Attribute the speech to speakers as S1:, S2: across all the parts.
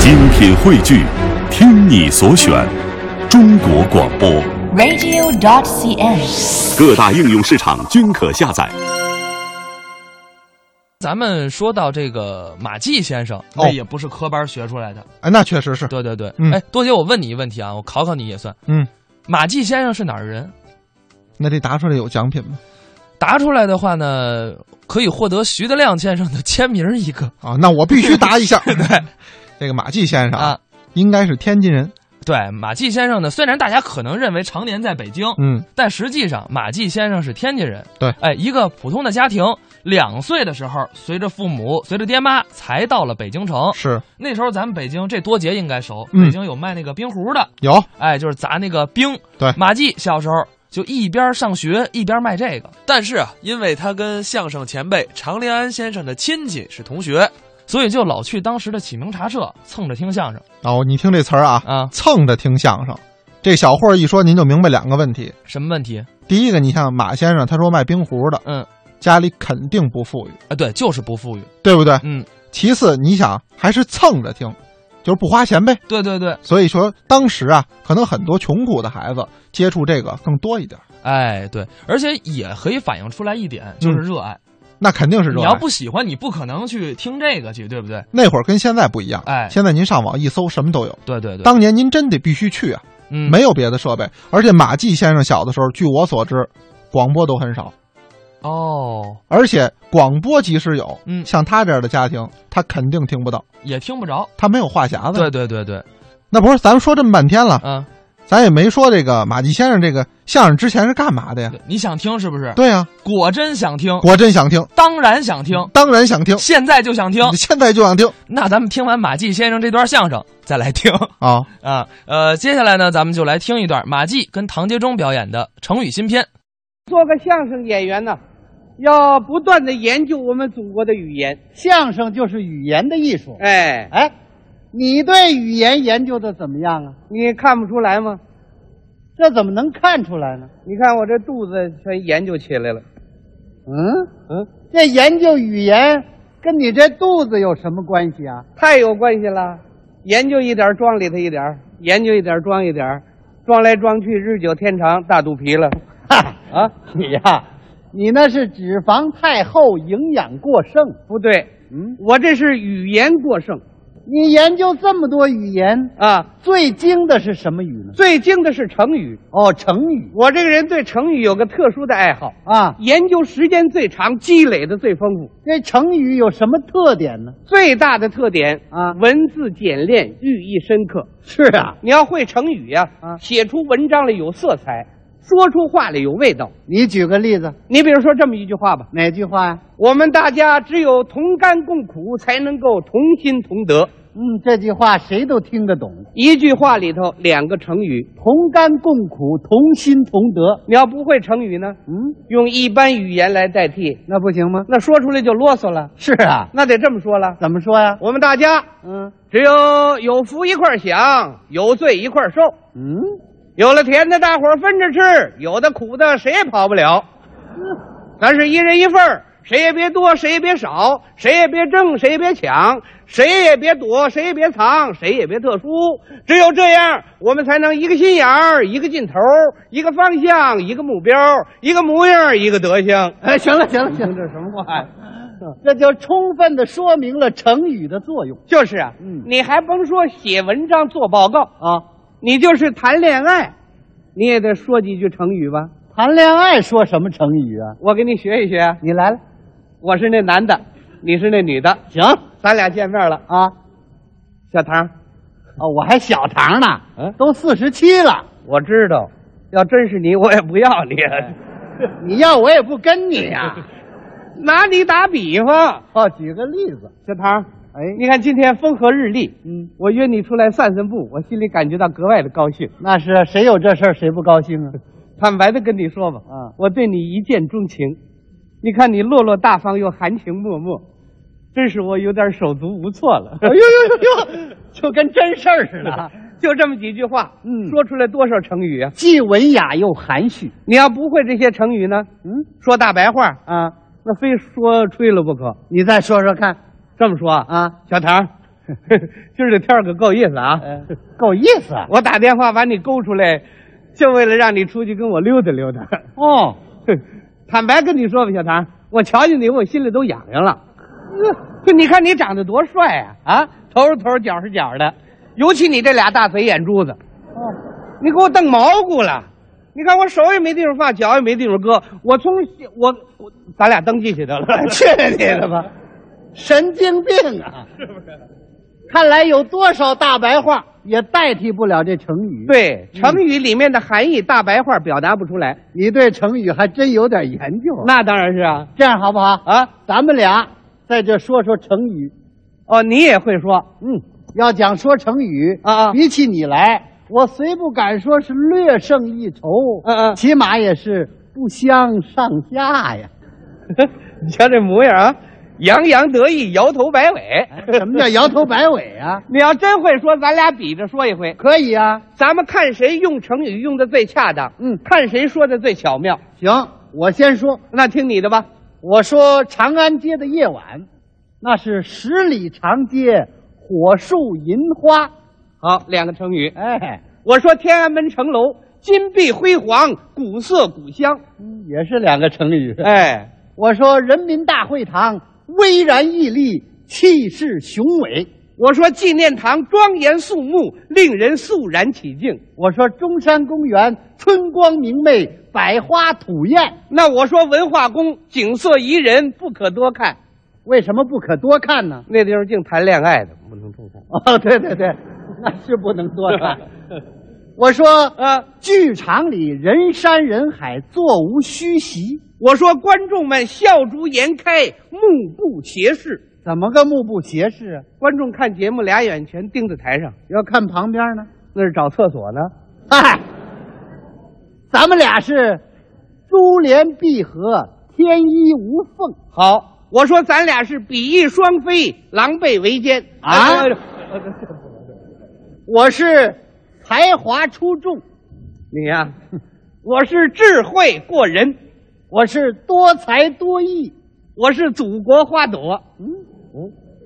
S1: 精品汇聚，听你所选，中国广播。
S2: radio.cn。
S1: 各大应用市场均可下载。
S3: 咱们说到这个马季先生，
S4: 哦
S3: 那也不是科班学出来的。
S4: 哎，那确实是，
S3: 对对对，
S4: 嗯
S3: 哎，多姐，我问你一个问题啊，我考考你也算。
S4: 嗯，
S3: 马季先生是哪儿人？
S4: 那这答出来有奖品吗？
S3: 答出来的话呢，可以获得徐德亮先生的签名一个
S4: 啊，那我必须答一 下。对，这个马季先生
S3: 啊，。
S4: 应该是天津人。
S3: 对，马季先生呢，虽然大家可能认为常年在北京，
S4: 嗯，
S3: 但实际上马季先生是天津人。
S4: 对
S3: 哎，一个普通的家庭，两岁的时候，随着父母，随着爹妈，才到了北京城。
S4: 是
S3: 那时候咱们北京这多杰应该熟，
S4: 嗯
S3: 北京有卖那个冰壶的，
S4: 有
S3: 哎，就是砸那个冰。
S4: 对
S3: 马季小时候就一边上学一边卖这个，但是啊，因为他跟相声前辈常连安先生的亲戚是同学，所以就老去当时的启明茶社蹭着听相声
S4: 哦，你听这词儿啊，
S3: 啊。
S4: 蹭着听相声。这小货一说，您就明白两个问题。
S3: 什么问题？
S4: 第一个，你像马先生，他说卖冰壶的，
S3: 嗯，
S4: 家里肯定不富裕，
S3: 啊，对，就是不富裕。
S4: 对不对？
S3: 嗯，
S4: 其次，你想还是蹭着听，就是不花钱呗。
S3: 对对对，
S4: 所以说，当时啊，可能很多穷苦的孩子接触这个更多一点，
S3: 哎对，而且也可以反映出来一点，就是热爱。
S4: 那肯嗯定是热
S3: 你
S4: 爱。
S3: 要不喜欢，你不可能去听这个去，对不对？
S4: 那会儿跟现在不一样，
S3: 哎
S4: 现在您上网一搜什么都有。
S3: 对对对，
S4: 当年您真得必须去啊，
S3: 嗯
S4: 没有别的设备。而且马季先生小的时候，据我所知，广播都很少，
S3: 哦，
S4: 而且广播即使有，
S3: 嗯
S4: 像他这样的家庭，他肯定听不到，
S3: 也听不着。
S4: 他没有话匣子。
S3: 对，对对对，
S4: 那不是咱们说这么半天了，
S3: 嗯，
S4: 咱也没说这个马季先生这个相声之前是干嘛的呀？
S3: 对你想听是不是？
S4: 对呀、
S3: 果真想听，
S4: 我真想听，
S3: 当然想听，
S4: 当然想听，
S3: 现在就想听。
S4: 现在就想听
S3: 那咱们听完马季先生这段相声，再来听
S4: 啊！
S3: 啊。呃，接下来呢，咱们就来听一段马季跟唐杰忠表演的成语新篇。
S5: 做个相声演员呢，要不断的研究我们祖国的语言。
S6: 相声就是语言的艺术。
S5: 哎，
S6: 哎，你对语言研究的怎么样啊？
S5: 你看不出来吗？
S6: 这怎么能看出来呢？
S5: 你看我这肚子全研究起来了。
S6: 嗯，
S5: 嗯，
S6: 这研究语言跟你这肚子有什么关系啊？
S5: 太有关系了，研究一点儿装里头一点儿，研究一点儿装一点儿，装来装去，日久天长，大肚皮了。
S6: 哈，
S5: 啊，
S6: 你呀、你那是脂肪太厚，营养过剩。
S5: 不对，
S6: 嗯，
S5: 我这是语言过剩
S6: 你研究这么多语言，
S5: 啊。
S6: 最精的是什么语呢？
S5: 最精的是成语，
S6: 哦，成语
S5: 我这个人对成语有个特殊的爱好，
S6: 啊。
S5: 研究时间最长，积累的最丰富。
S6: 这成语有什么特点呢？
S5: 最大的特点
S6: 啊
S5: 文字简练，寓意深刻。
S6: 是啊，
S5: 你要会成语呀、
S6: 啊
S5: 写出文章来有色彩，说出话来有味道。
S6: 你举个例子，
S5: 你比如说这么一句话吧：
S6: 哪句话呀、
S5: 我们大家只有同甘共苦，才能够同心同德。
S6: 嗯，这句话谁都听得懂。
S5: 一句话里头两个成语，
S6: 同甘共苦，同心同德。
S5: 你要不会成语呢，
S6: 嗯，
S5: 用一般语言来代替，
S6: 那不行吗？
S5: 那说出来就啰嗦了。
S6: 是啊，
S5: 那得这么说了，
S6: 怎么说呀？
S5: 我们大家
S6: 嗯
S5: 只有有福一块儿享，有罪一块儿受。
S6: 嗯，
S5: 有了甜的，大伙儿分着吃；有的苦的，谁也跑不了。咱是一人一份儿，谁也别多，谁也别少，谁也别争，谁也别抢，谁也别躲，谁也别藏，谁也别特殊。只有这样，我们才能一个心眼儿，一个劲头儿，一个方向，一个目标，一个模样儿，一个德行。
S6: 哎，行了行了行了，这什么话呀？这就充分的说明了成语的作用
S5: 就是啊，
S6: 嗯
S5: 你还甭说写文章、做报告，
S6: 啊。
S5: 你就是谈恋爱，你也得说几句成语吧。
S6: 谈恋爱说什么成语啊？
S5: 我给你学一学啊，
S6: 你来了，
S5: 我是那男的，你是那女的。
S6: 行
S5: 咱俩见面了，
S6: 啊。
S5: 小唐，
S6: 哦，我还小唐呢，
S5: 嗯
S6: 都四十七了，
S5: 我知道，要真是你，我也不要你，
S6: 你要我也不跟你呀、
S5: 拿你打比方。
S6: 哦，举个例子，
S5: 小唐，
S6: 哎，
S5: 你看今天风和日丽，
S6: 嗯，
S5: 我约你出来散散步，我心里感觉到格外的高兴。
S6: 那是啊谁有这事儿谁不高兴啊？
S5: 坦白的跟你说吧，
S6: 啊
S5: 我对你一见钟情，你看你落落大方又含情脉脉，真是我有点手足无措了。
S6: 哎呦 呦呦呦，就跟真事儿似的。
S5: 就这么几句话，
S6: 嗯
S5: 说出来多少成语啊？
S6: 既文雅又含蓄。
S5: 你要不会这些成语呢，
S6: 嗯
S5: 说大白话，
S6: 啊，
S5: 那非说吹了不可。
S6: 你再说说看
S5: 这么说啊
S6: 啊，
S5: 小唐， 今儿这天儿可够意思啊！
S6: 嗯，够意思啊。
S5: 我打电话把你勾出来，就为了让你出去跟我溜达溜达。
S6: 哦，
S5: 坦白跟你说吧，小唐，我瞧见你，我心里都痒痒了。呃就你看你长得多帅啊！啊，头是头，脚是脚的，尤其你这俩大贼眼珠子，
S6: 哦，
S5: 你给我瞪毛骨了。你看我手也没地方放，脚也没地方搁，我从我我咱俩登记去得了，
S6: 去你的吧！神经病啊！
S5: 是不是？
S6: 看来有多少大白话也代替不了这成语。，
S5: 对，成语里面的含义，大白话表达不出来。
S6: 你对成语还真有点研究。
S5: 那当然是啊
S6: 这样好不好？
S5: 啊！
S6: 咱们俩在这说说成语。
S5: 哦，你也会说，嗯
S6: 要讲说成语
S5: 啊啊
S6: 比起你来，我虽不敢说是略胜一筹，
S5: 嗯嗯
S6: 起码也是不相上 下呀。
S5: 你瞧这模样啊，洋洋得意，摇头摆尾。
S6: 什么叫摇头摆尾啊？
S5: 你要真会说，咱俩比着说一回，
S6: 可以啊，
S5: 咱们看谁用成语用的最恰当，
S6: 嗯
S5: 看谁说的最巧妙。
S6: 行，我先说，
S5: 那听你的吧。
S6: 我说长安街的夜晚，那是十里长街火树银花。
S5: 好，两个成语。
S6: 哎，
S5: 我说天安门城楼金碧辉煌，古色古香。
S6: 嗯也是两个成语。
S5: 哎，
S6: 我说人民大会堂巍然屹立，气势雄伟。
S5: 我说纪念堂庄严肃穆，令人肃然起敬。
S6: 我说中山公园春光明媚，百花吐艳，
S5: 那我说文化宫景色宜人，不可多看。
S6: 为什么不可多看呢？
S5: 那地方净谈恋爱的，不能重看。
S6: 哦，对对对，那是不能多看。我说，
S5: 啊，
S6: 剧场里人山人海，座无虚席，
S5: 我说观众们笑逐颜开，目不斜视。
S6: 怎么个目不斜视啊？
S5: 观众看节目，俩眼全盯在台上，
S6: 要看旁边呢？
S5: 那是找厕所呢。
S6: 嗨，咱们俩是珠联璧合，天衣无缝。
S5: 好，我说咱俩是比翼双飞，狼狈为奸哎
S6: 啊我是才华出众，
S5: 你呀、 我是智慧过人，
S6: 我是多才多艺。
S5: 我是祖国花朵，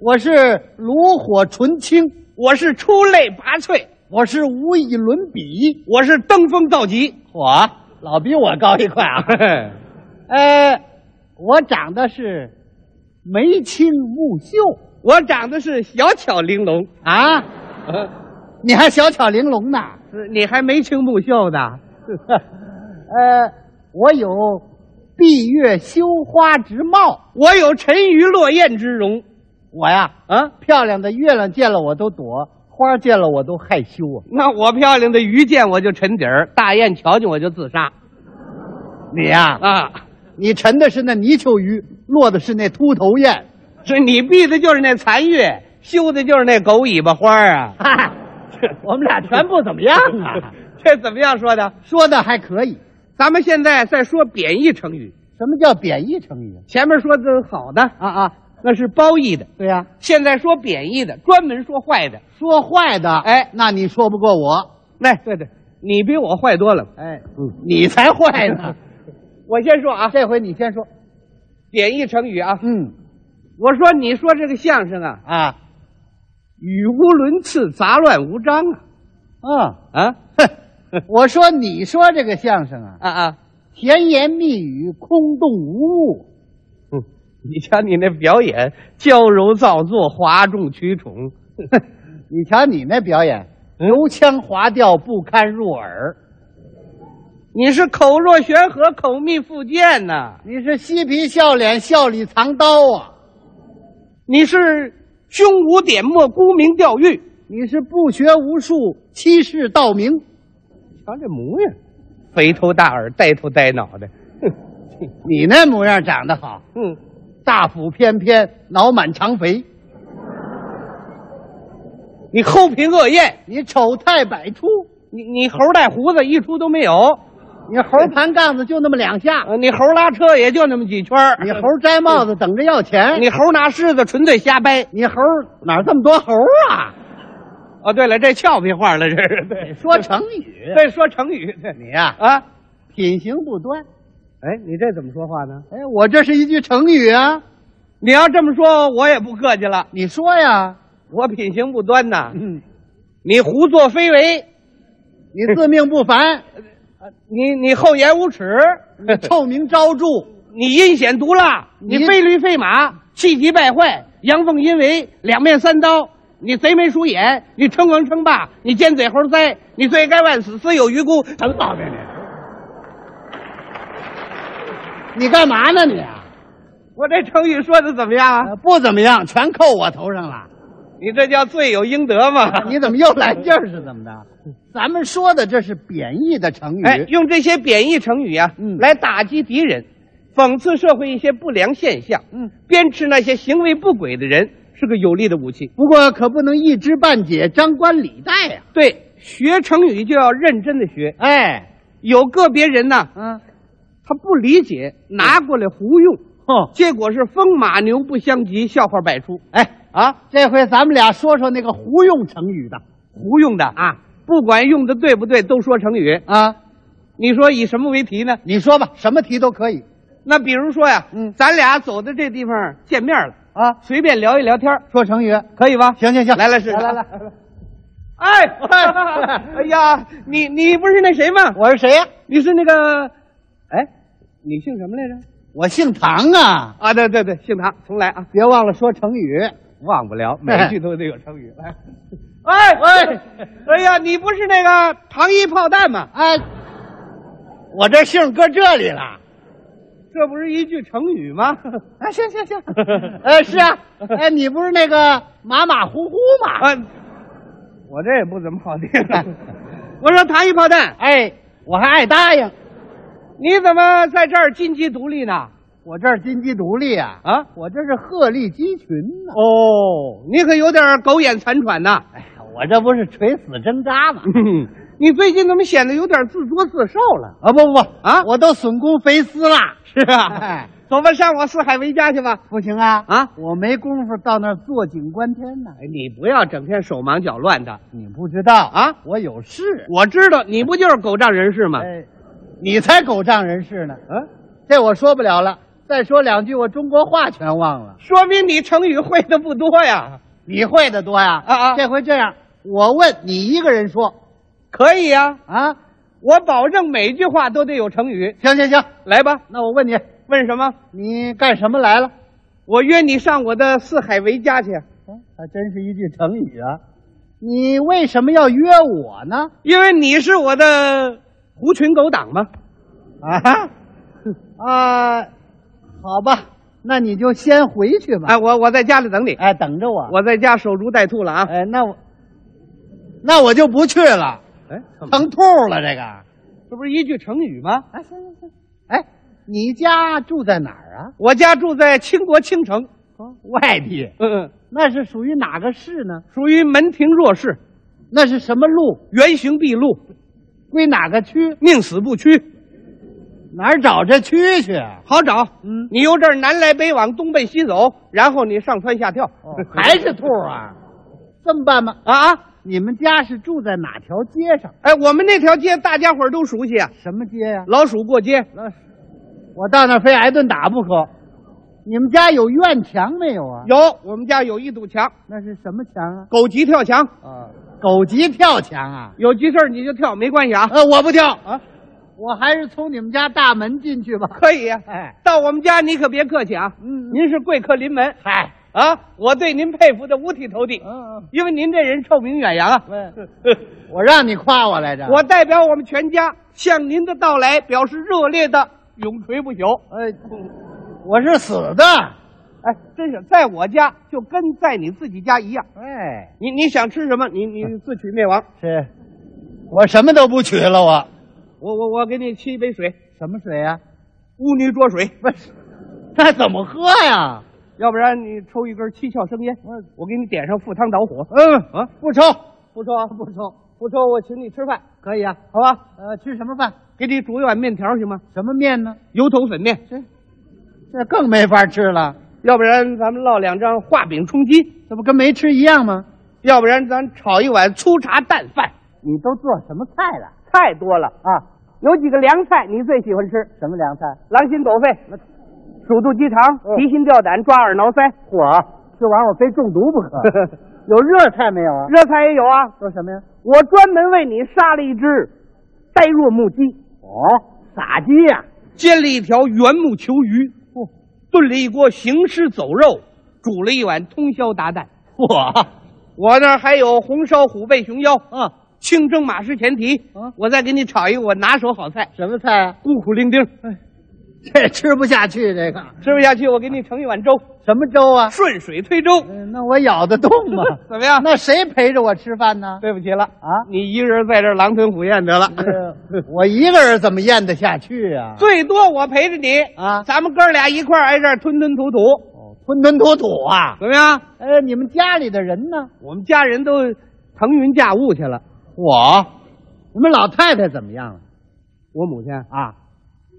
S6: 我是炉火纯青，
S5: 我是出类拔萃，
S6: 我是无以伦比。
S5: 我是登峰造极。
S6: 我老比我高一块啊！ 呃，我长得是眉清目秀
S5: 我长得是小巧玲珑，
S6: 啊，
S5: 啊
S6: 你还小巧玲珑呢。
S5: 你还眉清目秀的。
S6: 呃，我有闭月羞花之貌，
S5: 我有沉鱼落雁之容
S6: 我呀，
S5: 啊！
S6: 漂亮的月亮见了我都躲，花见了我都害羞啊。
S5: 那我漂亮的鱼见我就沉底儿，大雁瞧见我就自杀
S6: 你呀、
S5: 啊！
S6: 你沉的是那泥鳅鱼，落的是那秃头雁。
S5: 这你避的就是那残月，修的就是那狗尾巴花儿啊！
S6: 嗨，我们俩全不怎么样 啊。
S5: 这怎么样说的？
S6: 说的还可以。
S5: 咱们现在在说贬义成语，
S6: 什么叫贬义成语
S5: 前面说的好的
S6: 啊？啊，
S5: 那是褒义的，
S6: 对呀、
S5: 现在说贬义的，专门说坏的。
S6: 说坏的，哎，那你说不过我，
S5: 那对对，你比我坏多了。
S6: 哎，嗯，你才坏呢。
S5: 我先说啊，
S6: 这回你先说，
S5: 贬义成语啊，
S6: 嗯
S5: 我说你说这个相声啊，
S6: 啊
S5: 语无伦次，杂乱无章啊
S6: 啊，
S5: 啊
S6: 哼， 我说你说这个相声啊，
S5: 啊啊！
S6: 甜言蜜语，空洞无物，
S5: 你瞧你那表演，娇柔造作，哗众取宠。
S6: 你瞧你那表演，油腔滑调，不堪入耳。
S5: 你是口若悬河，口蜜腹剑呐、
S6: 你是嬉皮笑脸，笑里藏刀啊！
S5: 你是胸无点墨，沽名钓誉。
S6: 你是不学无术，欺世盗名。
S5: 瞧这模样，肥头大耳，呆头呆脑的。
S6: 你那模样长得好，
S5: 嗯，
S6: 大腹翩翩，脑满肠肥，
S5: 你厚贫恶艳，
S6: 你丑态百出，
S5: 你你猴带胡子一出都没有，
S6: 你猴盘杠子就那么两下，
S5: 呃你猴拉车也就那么几圈儿
S6: 你猴摘帽子等着要钱，
S5: 哎你猴拿狮子纯粹瞎掰。
S6: 你猴哪儿这么多猴啊？
S5: 哦，对了，这俏皮话了，这是 对
S6: 说成语，
S5: 对说成语对
S6: 你呀、
S5: 啊。
S6: 品行不端。
S5: 哎，你这怎么说话呢？
S6: 哎，我这是一句成语啊，
S5: 你要这么说，我也不客气了。
S6: 你说呀，
S5: 我品行不端呐！
S6: 嗯，
S5: 你胡作非为，
S6: 你自命 不凡，
S5: 你你厚颜无耻，
S6: 你臭名昭著，
S5: 你阴险毒辣，
S6: 你
S5: 嗯你非驴非马，气急败坏，阳奉阴违，两面三刀。你贼眉鼠眼，你称王称霸，你尖嘴猴腮，你罪该万死，死有余辜。
S6: 什么毛病你？你干嘛呢你、啊？
S5: 我这成语说的怎么样啊？
S6: 呃不怎么样，全扣我头上了。
S5: 你这叫罪有应得嘛？
S6: 你怎么又来劲儿？是怎么的？咱们说的这是贬义的成语。
S5: 哎，用这些贬义成语啊，
S6: 嗯
S5: 来打击敌人，讽刺社会一些不良现象，
S6: 嗯，
S5: 鞭笞那些行为不轨的人，是个有力的武器。
S6: 不过可不能一知半解，张冠李戴呀、
S5: 对，学成语就要认真的学。
S6: 哎，
S5: 有个别人呢、
S6: 嗯，
S5: 他不理解，拿过来胡用，
S6: 哼，
S5: 结果是风马牛不相及，笑话百出。
S6: 哎啊，这回咱们俩说说那个胡用成语的
S5: 胡用的啊，不管用的对不对，都说成语。
S6: 啊。
S5: 你说以什么为题呢？
S6: 你说吧，什么题都可以
S5: 那比如说呀，
S6: 嗯
S5: 咱俩走到这地方见面了，
S6: 啊。
S5: 随便聊一聊天儿，
S6: 说成语，
S5: 可以吧？
S6: 行行行，
S5: 来来试试
S6: 来来啊来来，
S5: 哎，哎呀，你你不是那谁吗？
S6: 我是谁呀、
S5: 你是那个，哎，你姓什么来着？
S6: 我姓唐啊。
S5: 啊，对对对，姓唐，重来啊，
S6: 别忘了说成语，
S5: 忘不了，每一句都得有成语。来，哎哎，哎呀，你不是那个糖衣炮弹吗？
S6: 哎，我这姓搁这里了。
S5: 这不是一句成语吗？
S6: 啊，行行行，呃，是 啊，哎，你不是那个马马虎虎吗？
S5: 啊，我这也不怎么好听。 我说糖衣炮弹，
S6: 哎，我还爱答应，
S5: 你怎么在这儿金鸡独立呢？
S6: 我这是金鸡独立啊，
S5: 啊，
S6: 我这是鹤立鸡群呢、
S5: 哦，你可有点狗眼残喘呐。
S6: 哎呀，我这不是垂死挣扎
S5: 嗯
S6: 吗？
S5: 你最近怎么显得有点自作自受了？
S6: 啊，不不不
S5: 啊
S6: 我都损公肥私了。
S5: 是
S6: 哎，
S5: 走吧，上我四海为家去吧。
S6: 不行啊
S5: 啊
S6: 我没工夫到那儿坐井观天呢。
S5: 哎，你不要整天手忙脚乱的。
S6: 你不知道
S5: 啊，
S6: 我有事。
S5: 我知道你不就是狗仗人势吗？
S6: 哎，你才狗仗人势呢。
S5: 啊，
S6: 这我说不了了，再说两句我中国话全忘了。
S5: 说明你成语会的不多呀。
S6: 你会的多呀？
S5: 啊啊
S6: 这回这样，我问你一个人说
S5: 可以呀、
S6: 啊？
S5: 我保证每句话都得有成语。
S6: 行行行，
S5: 来吧，
S6: 那我问你，
S5: 问什么？
S6: 你干什么来了？
S5: 我约你上我的四海为家去，
S6: 嗯，还真是一句成语啊。你为什么要约我呢？
S5: 因为你是我的狐群狗党嘛。
S6: 啊 哈啊，好吧，那你就先回去吧。
S5: 哎，我我在家里等你，
S6: 哎，等啊着我。
S5: 我在家守株待兔了啊。
S6: 哎，那我那我就不去了，
S5: 哎，
S6: 成兔了这个。
S5: 这不是一句成语吗？
S6: 啊，行行行，哎，你家住在哪儿啊？
S5: 我家住在倾国倾城，
S6: 哦外地，
S5: 嗯嗯，
S6: 那是属于哪个市呢？
S5: 属于门庭若市，
S6: 那是什么路？
S5: 原形毕露，
S6: 归哪个区？
S5: 宁死不屈。
S6: 哪儿找这区去？啊？
S5: 好找，
S6: 嗯
S5: 你由这儿南来北往，东奔西走，然后你上蹿下跳，
S6: 还是兔啊？哦这么办吧，
S5: 啊啊！
S6: 你们家是住在哪条街上？
S5: 哎，我们那条街大家伙儿都熟悉啊，
S6: 什么街呀、
S5: 老鼠过街，
S6: 我到那儿非挨顿打不可。你们家有院墙没有啊？，
S5: 有我们家有一堵墙，
S6: 那是什么墙啊？
S5: 狗急跳墙，
S6: 啊，狗急跳墙啊！
S5: 有急事儿你就跳，没关系啊，
S6: 呃，我不跳
S5: 啊，
S6: 我还是从你们家大门进去吧。
S5: 可以啊。
S6: 哎，
S5: 到我们家你可别客气啊，
S6: 嗯
S5: 您是贵客临门
S6: 嗨，
S5: 啊，我对您佩服的五体投地，
S6: 嗯，
S5: 因为您这人臭名远扬啊。
S6: 喂，我让你夸我来 着。
S5: 我代表我们全家向您的到来表示热烈的永垂不朽。
S6: 呃，我是死的。
S5: 哎，真是在我家就跟在你自己家一样。
S6: 哎，
S5: 你你想吃什么？你你
S6: 嗯
S5: 自取灭亡。
S6: 是，我什么都不取了，我
S5: 我我我给你沏一杯水，
S6: 什么水啊？
S5: 污泥浊水。
S6: 不是，那怎么喝呀？
S5: 要不然你抽一根七窍生烟，我给你点上赴汤蹈火。
S6: 嗯啊，不抽，
S5: 不抽啊，
S6: 嗯不抽，
S5: 不抽，我请你吃饭，
S6: 可以啊。
S5: 好吧？
S6: 呃，吃什么饭？
S5: 给你煮一碗面条行吗？
S6: 什么面呢？
S5: 油头粉面。
S6: 这更没法吃了，
S5: 要不然咱们烙两张画饼充饥，
S6: 这不跟没吃一样吗？
S5: 要不然咱炒一碗粗茶淡饭。
S6: 你都做什么菜了
S5: 太多了啊！
S6: 啊？
S5: 有几个凉菜你最喜欢吃？
S6: 什么凉菜？嗯
S5: 狼心狗肺、鼠肚鸡肠、提心吊胆、抓耳挠腮。
S6: 我吃完我非中毒不可。有热菜没有啊？
S2: 热菜也有啊，
S6: 有什么呀？
S2: 我专门为你杀了一只呆若木鸡，
S6: 哦，撒鸡呀、
S5: 煎了一条圆木球鱼，炖了一锅行尸走肉，煮了一碗通宵达旦。
S6: 我
S5: 我那儿还有红烧虎背熊腰，
S6: 啊，
S5: 清蒸马氏前蹄。
S6: 啊
S5: 我再给你炒一个我拿手好菜
S6: 什么菜啊？
S5: ——孤苦伶仃。
S6: 这吃不下去，这个
S5: 吃不下去，我给你盛一碗粥，
S6: 什么粥啊？
S5: 顺水推舟，
S6: 嗯那我咬得动 吗？
S5: 怎么样？
S6: 那谁陪着我吃饭呢？
S5: 对不起了
S6: 啊
S5: 你一个人在这儿狼吞虎咽得了。
S6: 嗯这呃我一个人怎么咽得下去呀、
S5: 最多我陪着你
S6: 啊
S5: 咱们哥俩一块儿挨这儿吞吞吐吐，
S6: 哦，吞吞吐吐啊！
S5: 怎么样？
S6: 呃，你们家里的人呢？
S5: 我们家人都腾云驾雾去了。
S6: 我，你们老太太怎么样了
S5: 我母亲
S6: 啊？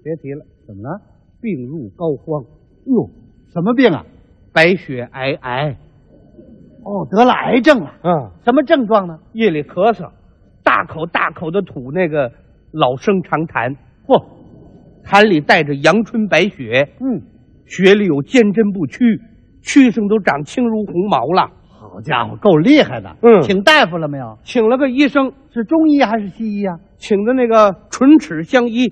S5: 别提了，
S6: 怎么了？
S5: 病入膏肓，
S6: 哟，什么病啊？
S5: 白血皑皑。
S6: 哦，得了癌症了。
S5: 嗯，
S6: 什么症状呢？
S5: 夜里咳嗽，大口大口的吐那个老生常谈，嚯，痰里带着阳春白雪，
S6: 嗯，
S5: 血里有坚贞不屈，蛆生都长青如红毛了。
S6: 好家伙，够厉害的。
S5: 嗯
S6: 请大夫了没有？
S5: 请了个医生，
S6: 是中医还是西医啊？
S5: 请的那个唇齿相依，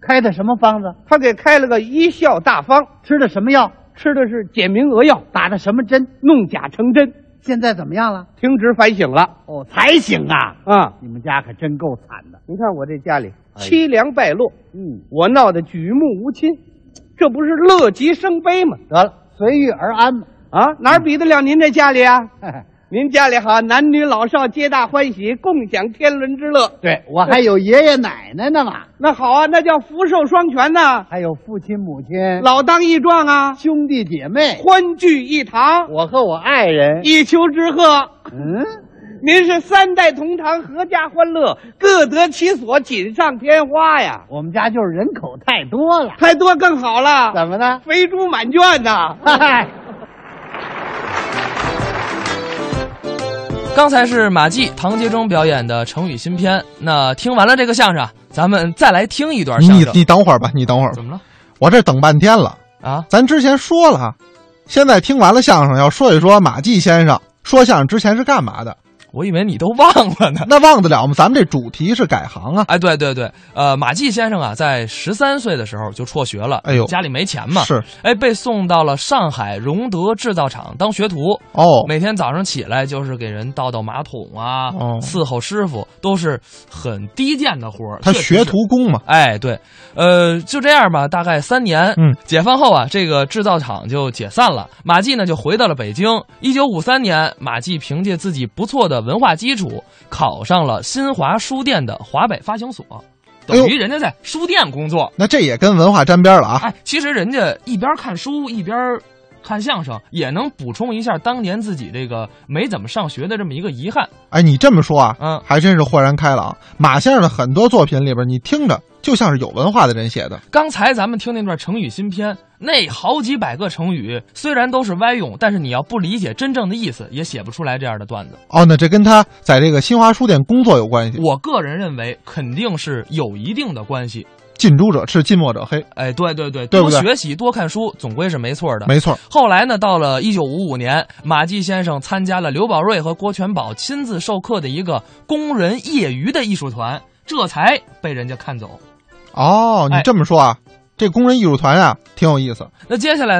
S6: 开的什么方子？
S5: 他给开了个医效大方，
S6: 吃的什么药？
S5: 吃的是简明扼要，
S6: 打的什么针？
S5: 弄假成真，
S6: 现在怎么样了？
S5: 停职反省了
S6: 哦，才行啊！
S5: 啊！
S6: 你们家可真够惨的。
S5: 你看我这家里
S6: 哎
S5: 凄凉败落，
S6: 嗯，
S5: 我闹得举目无亲，这不是乐极生悲吗？
S6: 得了，随遇而 安吧。
S5: 啊，哪儿比得了您这家里啊？
S6: 嘿嘿
S5: 您家里好，男女老少皆大欢喜，共享天伦之乐。
S6: 对我还有爷爷奶奶呢嘛，
S5: 那好啊，那叫福寿双全呐、
S6: 还有父亲母亲、
S5: 老当益壮啊，
S6: 兄弟姐妹，
S5: 欢聚一堂，
S6: 我和我爱人。
S5: 一丘之貉。
S6: 嗯，
S5: 您是三代同堂，阖家欢乐，各得其所，锦上添花呀！
S6: 我们家就是人口太多了，
S5: 太多更好了，
S6: 怎么呢？
S5: 肥猪满圈呐、
S6: 嗨。
S3: 刚才是马季、唐杰忠表演的成语新篇。那听完了这个相声啊，咱们再来听一段相
S4: 你
S3: 声。
S4: 你等会儿吧，你等会儿吧
S3: 怎，么了
S4: 我这等半天了。
S3: 啊？
S4: 咱之前说了哈，现在听完了相声，要说一说马季先生说相声之前是干嘛的，
S3: 我以为你都忘了呢。
S4: 那忘得了吗？咱们这主题是改行啊，
S3: 哎，对对对，呃，马季先生啊，在十三岁的时候就辍学了，
S4: 哎呦
S3: 家里没钱嘛，
S4: 是
S3: 哎，被送到了上海荣德制造厂当学徒，
S4: 哦，
S3: 每天早上起来就是给人倒倒马桶啊，
S4: 哦
S3: 伺候师傅，都是很低贱的活儿。
S4: 他
S3: 确实是
S4: 学徒工嘛，
S3: 哎，对，呃，就这样吧，大概三年。
S4: 嗯，
S3: 解放后啊，这个制造厂就解散了，马季呢就回到了北京。一九五三年，马季凭借自己不错的文化基础，考上了新华书店的华北发行所，等
S4: 哎
S3: 于人家在书店工作。
S4: 那这也跟文化沾边了啊。
S3: 哎，其实人家一边看书一边看相声，也能补充一下当年自己这个没怎么上学的这么一个遗憾。
S4: 哎，你这么说啊，
S3: 嗯
S4: 还真是豁然开朗。马先生的很多作品里边，你听着就像是有文化的人写的，
S3: 刚才咱们听那段成语新篇，那好几百个成语虽然都是歪用，但是你要不理解真正的意思，也写不出来这样的段子。
S4: 哦，那这跟他在这个新华书店工作有关系。
S3: 我个人认为，肯定是有一定的关系。
S4: 近朱者赤，近墨者黑，
S3: 哎，对对对，
S4: 对不
S3: 多
S4: 对
S3: 学习、多看书，总归是没错的。
S4: 没错。
S3: 后来呢，到了一九五五年，马季先生参加了刘宝瑞和郭全宝亲自授课的一个工人业余的艺术团，这才被人家看走。
S4: 哦，你
S3: 哎
S4: 这么说啊，这工人艺术团啊挺有意思。
S3: 那接下来